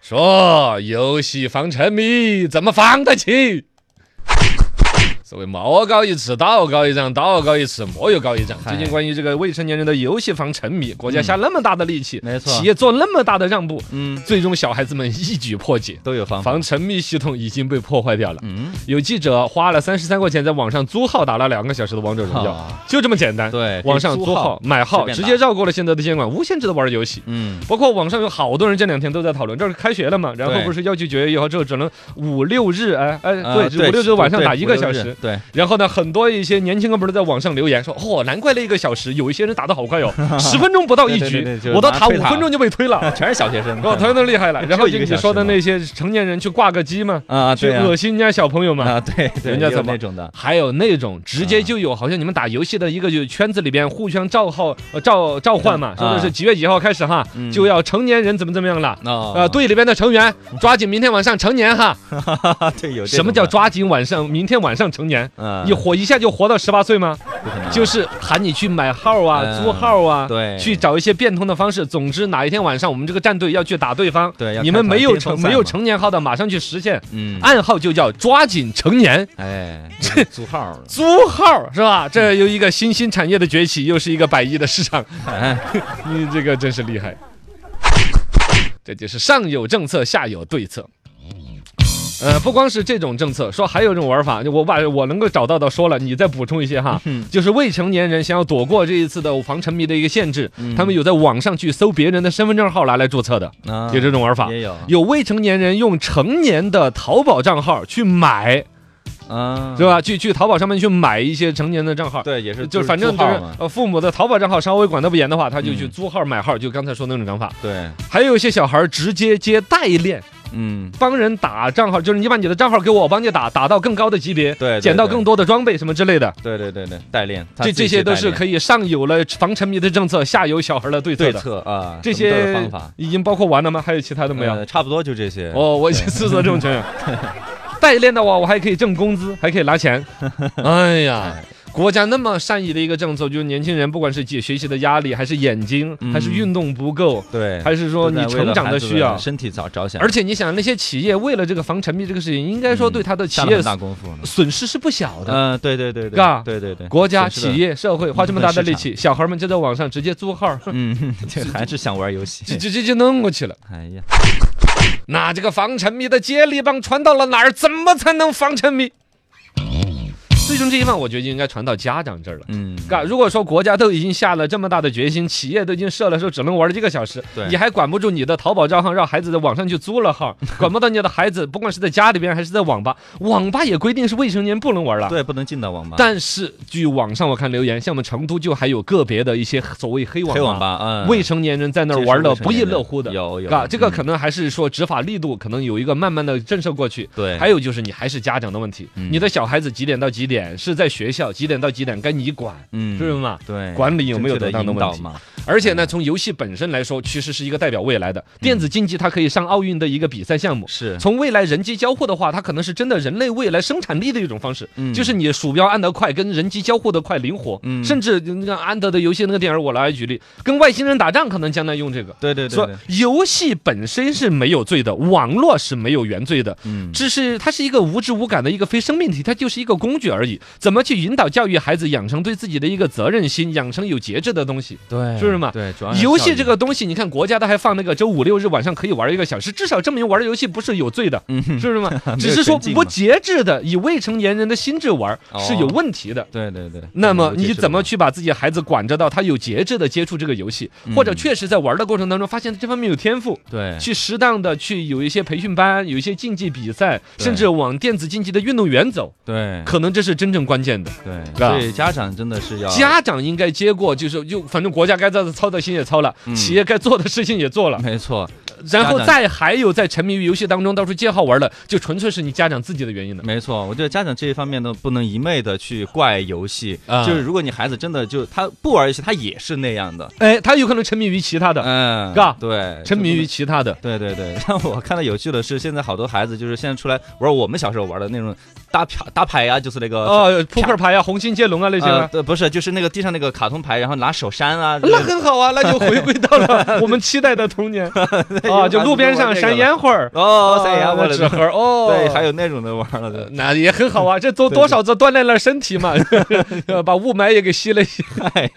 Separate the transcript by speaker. Speaker 1: 说游戏防沉迷，怎么防得起？所谓魔高一尺，道高一丈，道高一尺，魔又高一丈。
Speaker 2: 嗨嗯
Speaker 1: 最近关于这个未成年人的游戏防沉迷，国家下那么大的力气，
Speaker 2: 没错
Speaker 1: 企业做那么大的让步，
Speaker 2: 嗯，
Speaker 1: 最终小孩子们一举破解，
Speaker 2: 都有方法。
Speaker 1: 防沉迷系统已经被破坏掉了。
Speaker 2: 嗯，
Speaker 1: 有记者花了三十三块钱在网上租号打了两个小时的王者荣耀，
Speaker 2: 好，
Speaker 1: 就这么简单。
Speaker 2: 对，
Speaker 1: 网上租号、买
Speaker 2: 随
Speaker 1: 号，
Speaker 2: 便
Speaker 1: 直
Speaker 2: 打
Speaker 1: 接绕过了现在的监管，无限制的玩游戏。
Speaker 2: 嗯，
Speaker 1: 包括网上有好多人这两天都在讨论，这是开学了嘛，然后
Speaker 2: 对
Speaker 1: 不是要求九月一号之后只能五六日，哎哎，
Speaker 2: 呃
Speaker 1: 对，五六日晚上
Speaker 2: 对
Speaker 1: 打一个
Speaker 2: 五六
Speaker 1: 小
Speaker 2: 日
Speaker 1: 时。
Speaker 2: 对，
Speaker 1: 然后呢，很多一些年轻哥们儿都在网上留言说，嚯、难怪那一个小时，有一些人打得好 快哟，十分钟不到
Speaker 2: 对
Speaker 1: 一
Speaker 2: 对
Speaker 1: 局
Speaker 2: 对对，就是
Speaker 1: 我都
Speaker 2: 拿
Speaker 1: 打五
Speaker 2: 推塔
Speaker 1: 分钟就被 推了，
Speaker 2: 全是小学生。
Speaker 1: 我同样都厉害了。然后
Speaker 2: 就一
Speaker 1: 就
Speaker 2: 个
Speaker 1: 你
Speaker 2: 小时
Speaker 1: 说的
Speaker 2: 嘛
Speaker 1: 那些成年人去挂个机嘛，
Speaker 2: 啊，
Speaker 1: 去
Speaker 2: 对啊
Speaker 1: 恶心人家小朋友嘛，
Speaker 2: 啊，对，对
Speaker 1: 人家
Speaker 2: 也有
Speaker 1: 怎么
Speaker 2: 那种的？
Speaker 1: 还有那种直接就有，好像你们打游戏的一个就圈子里边互相召号、呃召召唤嘛，
Speaker 2: 嗯
Speaker 1: 说的是
Speaker 2: 啊
Speaker 1: 几月几号开始哈，
Speaker 2: 嗯
Speaker 1: 就要成年人怎么怎么样了。
Speaker 2: 啊
Speaker 1: 呃，，队里边的成员抓紧明天晚上成年哈。啊
Speaker 2: 对，有这
Speaker 1: 什么叫
Speaker 2: 种的？
Speaker 1: 抓紧晚上？明天晚上成年？
Speaker 2: 嗯，
Speaker 1: 你活一下就活到十八岁吗？
Speaker 2: 不可能
Speaker 1: 就是喊你去买号啊、
Speaker 2: 嗯
Speaker 1: 租号啊，
Speaker 2: 对，
Speaker 1: 去找一些变通的方式。总之哪一天晚上我们这个战队要去打对方，
Speaker 2: 对要
Speaker 1: 你们
Speaker 2: 开团
Speaker 1: 没有
Speaker 2: 巅峰
Speaker 1: 成
Speaker 2: 赛
Speaker 1: 没有
Speaker 2: 嘛
Speaker 1: 成年号的马上去实现，
Speaker 2: 嗯，
Speaker 1: 暗号就叫抓紧成年。
Speaker 2: 哎，租号，
Speaker 1: 租号是吧？这又一个新兴产业的崛起，又是一个百亿的市场，
Speaker 2: 哎，
Speaker 1: 你这个真是厉害。这就是上有政策，下有对策。呃，不光是这种政策，说还有一种玩法，我把我能够找到的说了，你再补充一些哈。
Speaker 2: 嗯
Speaker 1: 就是未成年人想要躲过这一次的防沉迷的一个限制，
Speaker 2: 嗯
Speaker 1: 他们有在网上去搜别人的身份证号拿来注册的，
Speaker 2: 啊
Speaker 1: 有这种玩法。
Speaker 2: 也有
Speaker 1: 有未成年人用成年的淘宝账号去买，
Speaker 2: 啊，
Speaker 1: 是？吧？去去淘宝上面去买一些成年的账号。
Speaker 2: 对，也是，
Speaker 1: 就是反正
Speaker 2: 租
Speaker 1: 就
Speaker 2: 号
Speaker 1: 是
Speaker 2: 嘛，
Speaker 1: 呃，父母的淘宝账号稍微管得不严的话，他就去
Speaker 2: 嗯
Speaker 1: 租号买号，就刚才说的那种讲法。
Speaker 2: 对，
Speaker 1: 还有一些小孩儿直接接代练，
Speaker 2: 嗯，
Speaker 1: 帮人打账号，就是你把你的账号给我，我帮你打，打到更高的级别，
Speaker 2: 对对
Speaker 1: 捡到
Speaker 2: 对
Speaker 1: 更多的装备什么之类的。
Speaker 2: 对对对对，代练，他
Speaker 1: 这
Speaker 2: 自己
Speaker 1: 这些
Speaker 2: 去
Speaker 1: 都
Speaker 2: 代
Speaker 1: 是
Speaker 2: 练
Speaker 1: 可以上有了防沉迷的政策，下有小孩儿的对策
Speaker 2: 对
Speaker 1: 的。
Speaker 2: 策啊，
Speaker 1: 这
Speaker 2: 什么都有
Speaker 1: 些
Speaker 2: 方法
Speaker 1: 已经包括完了吗？还有其他的没有？
Speaker 2: 呃差不多就这些。
Speaker 1: 哦，我已经四这种成 员。代练的话，我还可以挣工资，还可以 拿钱。哎呀，国家那么善意的一个政策，就是年轻人不管是解学习的压力，还是眼睛，
Speaker 2: 嗯
Speaker 1: 还是运动不够，
Speaker 2: 对，
Speaker 1: 还是说
Speaker 2: 都
Speaker 1: 你
Speaker 2: 在为
Speaker 1: 成
Speaker 2: 了
Speaker 1: 长
Speaker 2: 孩
Speaker 1: 的
Speaker 2: 子
Speaker 1: 需要。
Speaker 2: 身体早着想，
Speaker 1: 而且你想，那些企业为了这个防沉迷这个事情，应该说
Speaker 2: 嗯
Speaker 1: 对他的企
Speaker 2: 下了
Speaker 1: 业
Speaker 2: 很大功夫呢。
Speaker 1: 损失是不小的。
Speaker 2: 嗯，对对对对，
Speaker 1: 嘎
Speaker 2: 对对对，
Speaker 1: 国家、
Speaker 2: 损失了
Speaker 1: 企，业、社会花这么大的力气，小孩们就在网上直接租号，
Speaker 2: 嗯， 这还是想玩游戏。
Speaker 1: 直接就弄过去了。
Speaker 2: 哎呀，
Speaker 1: 那这个防沉迷的接力棒传到了哪儿？怎么才能防沉迷？最终这一棒，我觉得就应该传到家长这儿了。
Speaker 2: 嗯，
Speaker 1: 嘎，如果说国家都已经下了这么大的决心，企业都已经设了说只能玩一个小时
Speaker 2: 对，
Speaker 1: 你还管不住你的淘宝账号，让孩子在网上去租了号，管不到你的孩子，不管是在家里边还是在网吧，网吧也规定是未成年不能玩了。
Speaker 2: 对，不能进到网吧，
Speaker 1: 但是据网上我看留言，像我们成都就还有个别的一些所谓黑网
Speaker 2: 黑网吧，嗯，
Speaker 1: 未成年人在那儿玩的不亦乐乎的。
Speaker 2: 有有
Speaker 1: 啊，这个
Speaker 2: 嗯
Speaker 1: 可能还是说执法力度可能有一个慢慢的震慑过去。
Speaker 2: 对，
Speaker 1: 还有就是你还是家长的问题，
Speaker 2: 嗯
Speaker 1: 你的小孩子几点到几点是在学校，几点到几点该你管，
Speaker 2: 嗯
Speaker 1: 是不是嘛？
Speaker 2: 对，
Speaker 1: 管理有没有
Speaker 2: 正确
Speaker 1: 得当的
Speaker 2: 引
Speaker 1: 问
Speaker 2: 导
Speaker 1: 题？
Speaker 2: 嘛？嗯
Speaker 1: 而且呢，从游戏本身来说，其实是一个代表未来的电子竞技，它可以上奥运的一个比赛项目。
Speaker 2: 是，
Speaker 1: 从未来人机交互的话，它可能是真的人类未来生产力的一种方式，
Speaker 2: 嗯
Speaker 1: 就是你鼠标按得快，跟人机交互的快灵活，
Speaker 2: 嗯
Speaker 1: 甚至那个安德的游戏那个电影，我拿来举例，跟外星人打仗可能将来用这个。
Speaker 2: 对对对
Speaker 1: 说
Speaker 2: 对，
Speaker 1: 游戏本身是没有罪的，网络是没有原罪的，
Speaker 2: 嗯，
Speaker 1: 只是它是一个无知无感的一个非生命体，它就是一个工具而已。怎么去引导教育孩子养成对自己的一个责任心，养成有节制的东西？
Speaker 2: 对，
Speaker 1: 是不是嘛
Speaker 2: 对，主要是
Speaker 1: 游
Speaker 2: 效
Speaker 1: 戏
Speaker 2: 益
Speaker 1: 这，个东西，你看国家的还放那个周五六日晚上可以玩一个小时，至少证明玩游戏不是有罪的，
Speaker 2: 嗯哼，
Speaker 1: 是不 是嘛？
Speaker 2: 有
Speaker 1: 只是说
Speaker 2: 沉浸
Speaker 1: 不
Speaker 2: 嘛
Speaker 1: 节制的以未成年人的心智玩是有问题的。
Speaker 2: 对对哦对。
Speaker 1: 那么
Speaker 2: 有解
Speaker 1: 你
Speaker 2: 释
Speaker 1: 怎么
Speaker 2: 了
Speaker 1: 去把自己孩子管着到他有节制的接触这个游戏，或者
Speaker 2: 嗯
Speaker 1: 确实在玩的过程当中发现这方面有天赋，
Speaker 2: 对？
Speaker 1: 去适当的去有一些培训班，有一些竞技比赛，
Speaker 2: 对哎
Speaker 1: 甚至往电子竞技的运动员走，
Speaker 2: 对
Speaker 1: 可能这是真正关键的。
Speaker 2: 对，
Speaker 1: 吧
Speaker 2: 所以家长真的是要
Speaker 1: 家长应该接过，就是就反正国家该操的心也操了，
Speaker 2: 嗯
Speaker 1: 企业该做的事情也 做了，
Speaker 2: 没错，
Speaker 1: 然后
Speaker 2: 家长
Speaker 1: 再还有在沉迷于游戏当中到处借好玩的，就纯粹是你家长自己的原因了。
Speaker 2: 没错。我觉得家长这一方面呢，不能一昧的去怪游戏，
Speaker 1: 啊
Speaker 2: 就是如果你孩子真的就他不玩游戏，他也是那样的，
Speaker 1: 哎，他有可能沉迷于其他的，
Speaker 2: 嗯，
Speaker 1: 嘎
Speaker 2: 对，
Speaker 1: 沉迷
Speaker 2: 就不
Speaker 1: 于
Speaker 2: 能。
Speaker 1: 其他的。
Speaker 2: 对对 对，让我看到有趣的是，现在好多孩子就是现在出来玩我们小时候玩的那种打牌打牌呀、就是那个
Speaker 1: 哦 哦，扑克牌啊，红心接龙啊那些
Speaker 2: 呃
Speaker 1: 啊，
Speaker 2: 对，不是，就是那个地上那个卡通牌，然后拿手扇啊，
Speaker 1: 那个很好啊，那就回归到
Speaker 2: 嗯
Speaker 1: 了我们期待的童年啊，就路边上闪烟花儿，
Speaker 2: 哦，三
Speaker 1: 啊
Speaker 2: 言我
Speaker 1: 那纸
Speaker 2: 了，
Speaker 1: 盒儿哦，
Speaker 2: 对，还有那种的玩儿了
Speaker 1: 呃
Speaker 2: 的，
Speaker 1: 那也很好啊，这多
Speaker 2: 对
Speaker 1: 呃多少这锻炼了身体嘛，把雾霾也给吸了一
Speaker 2: 哎。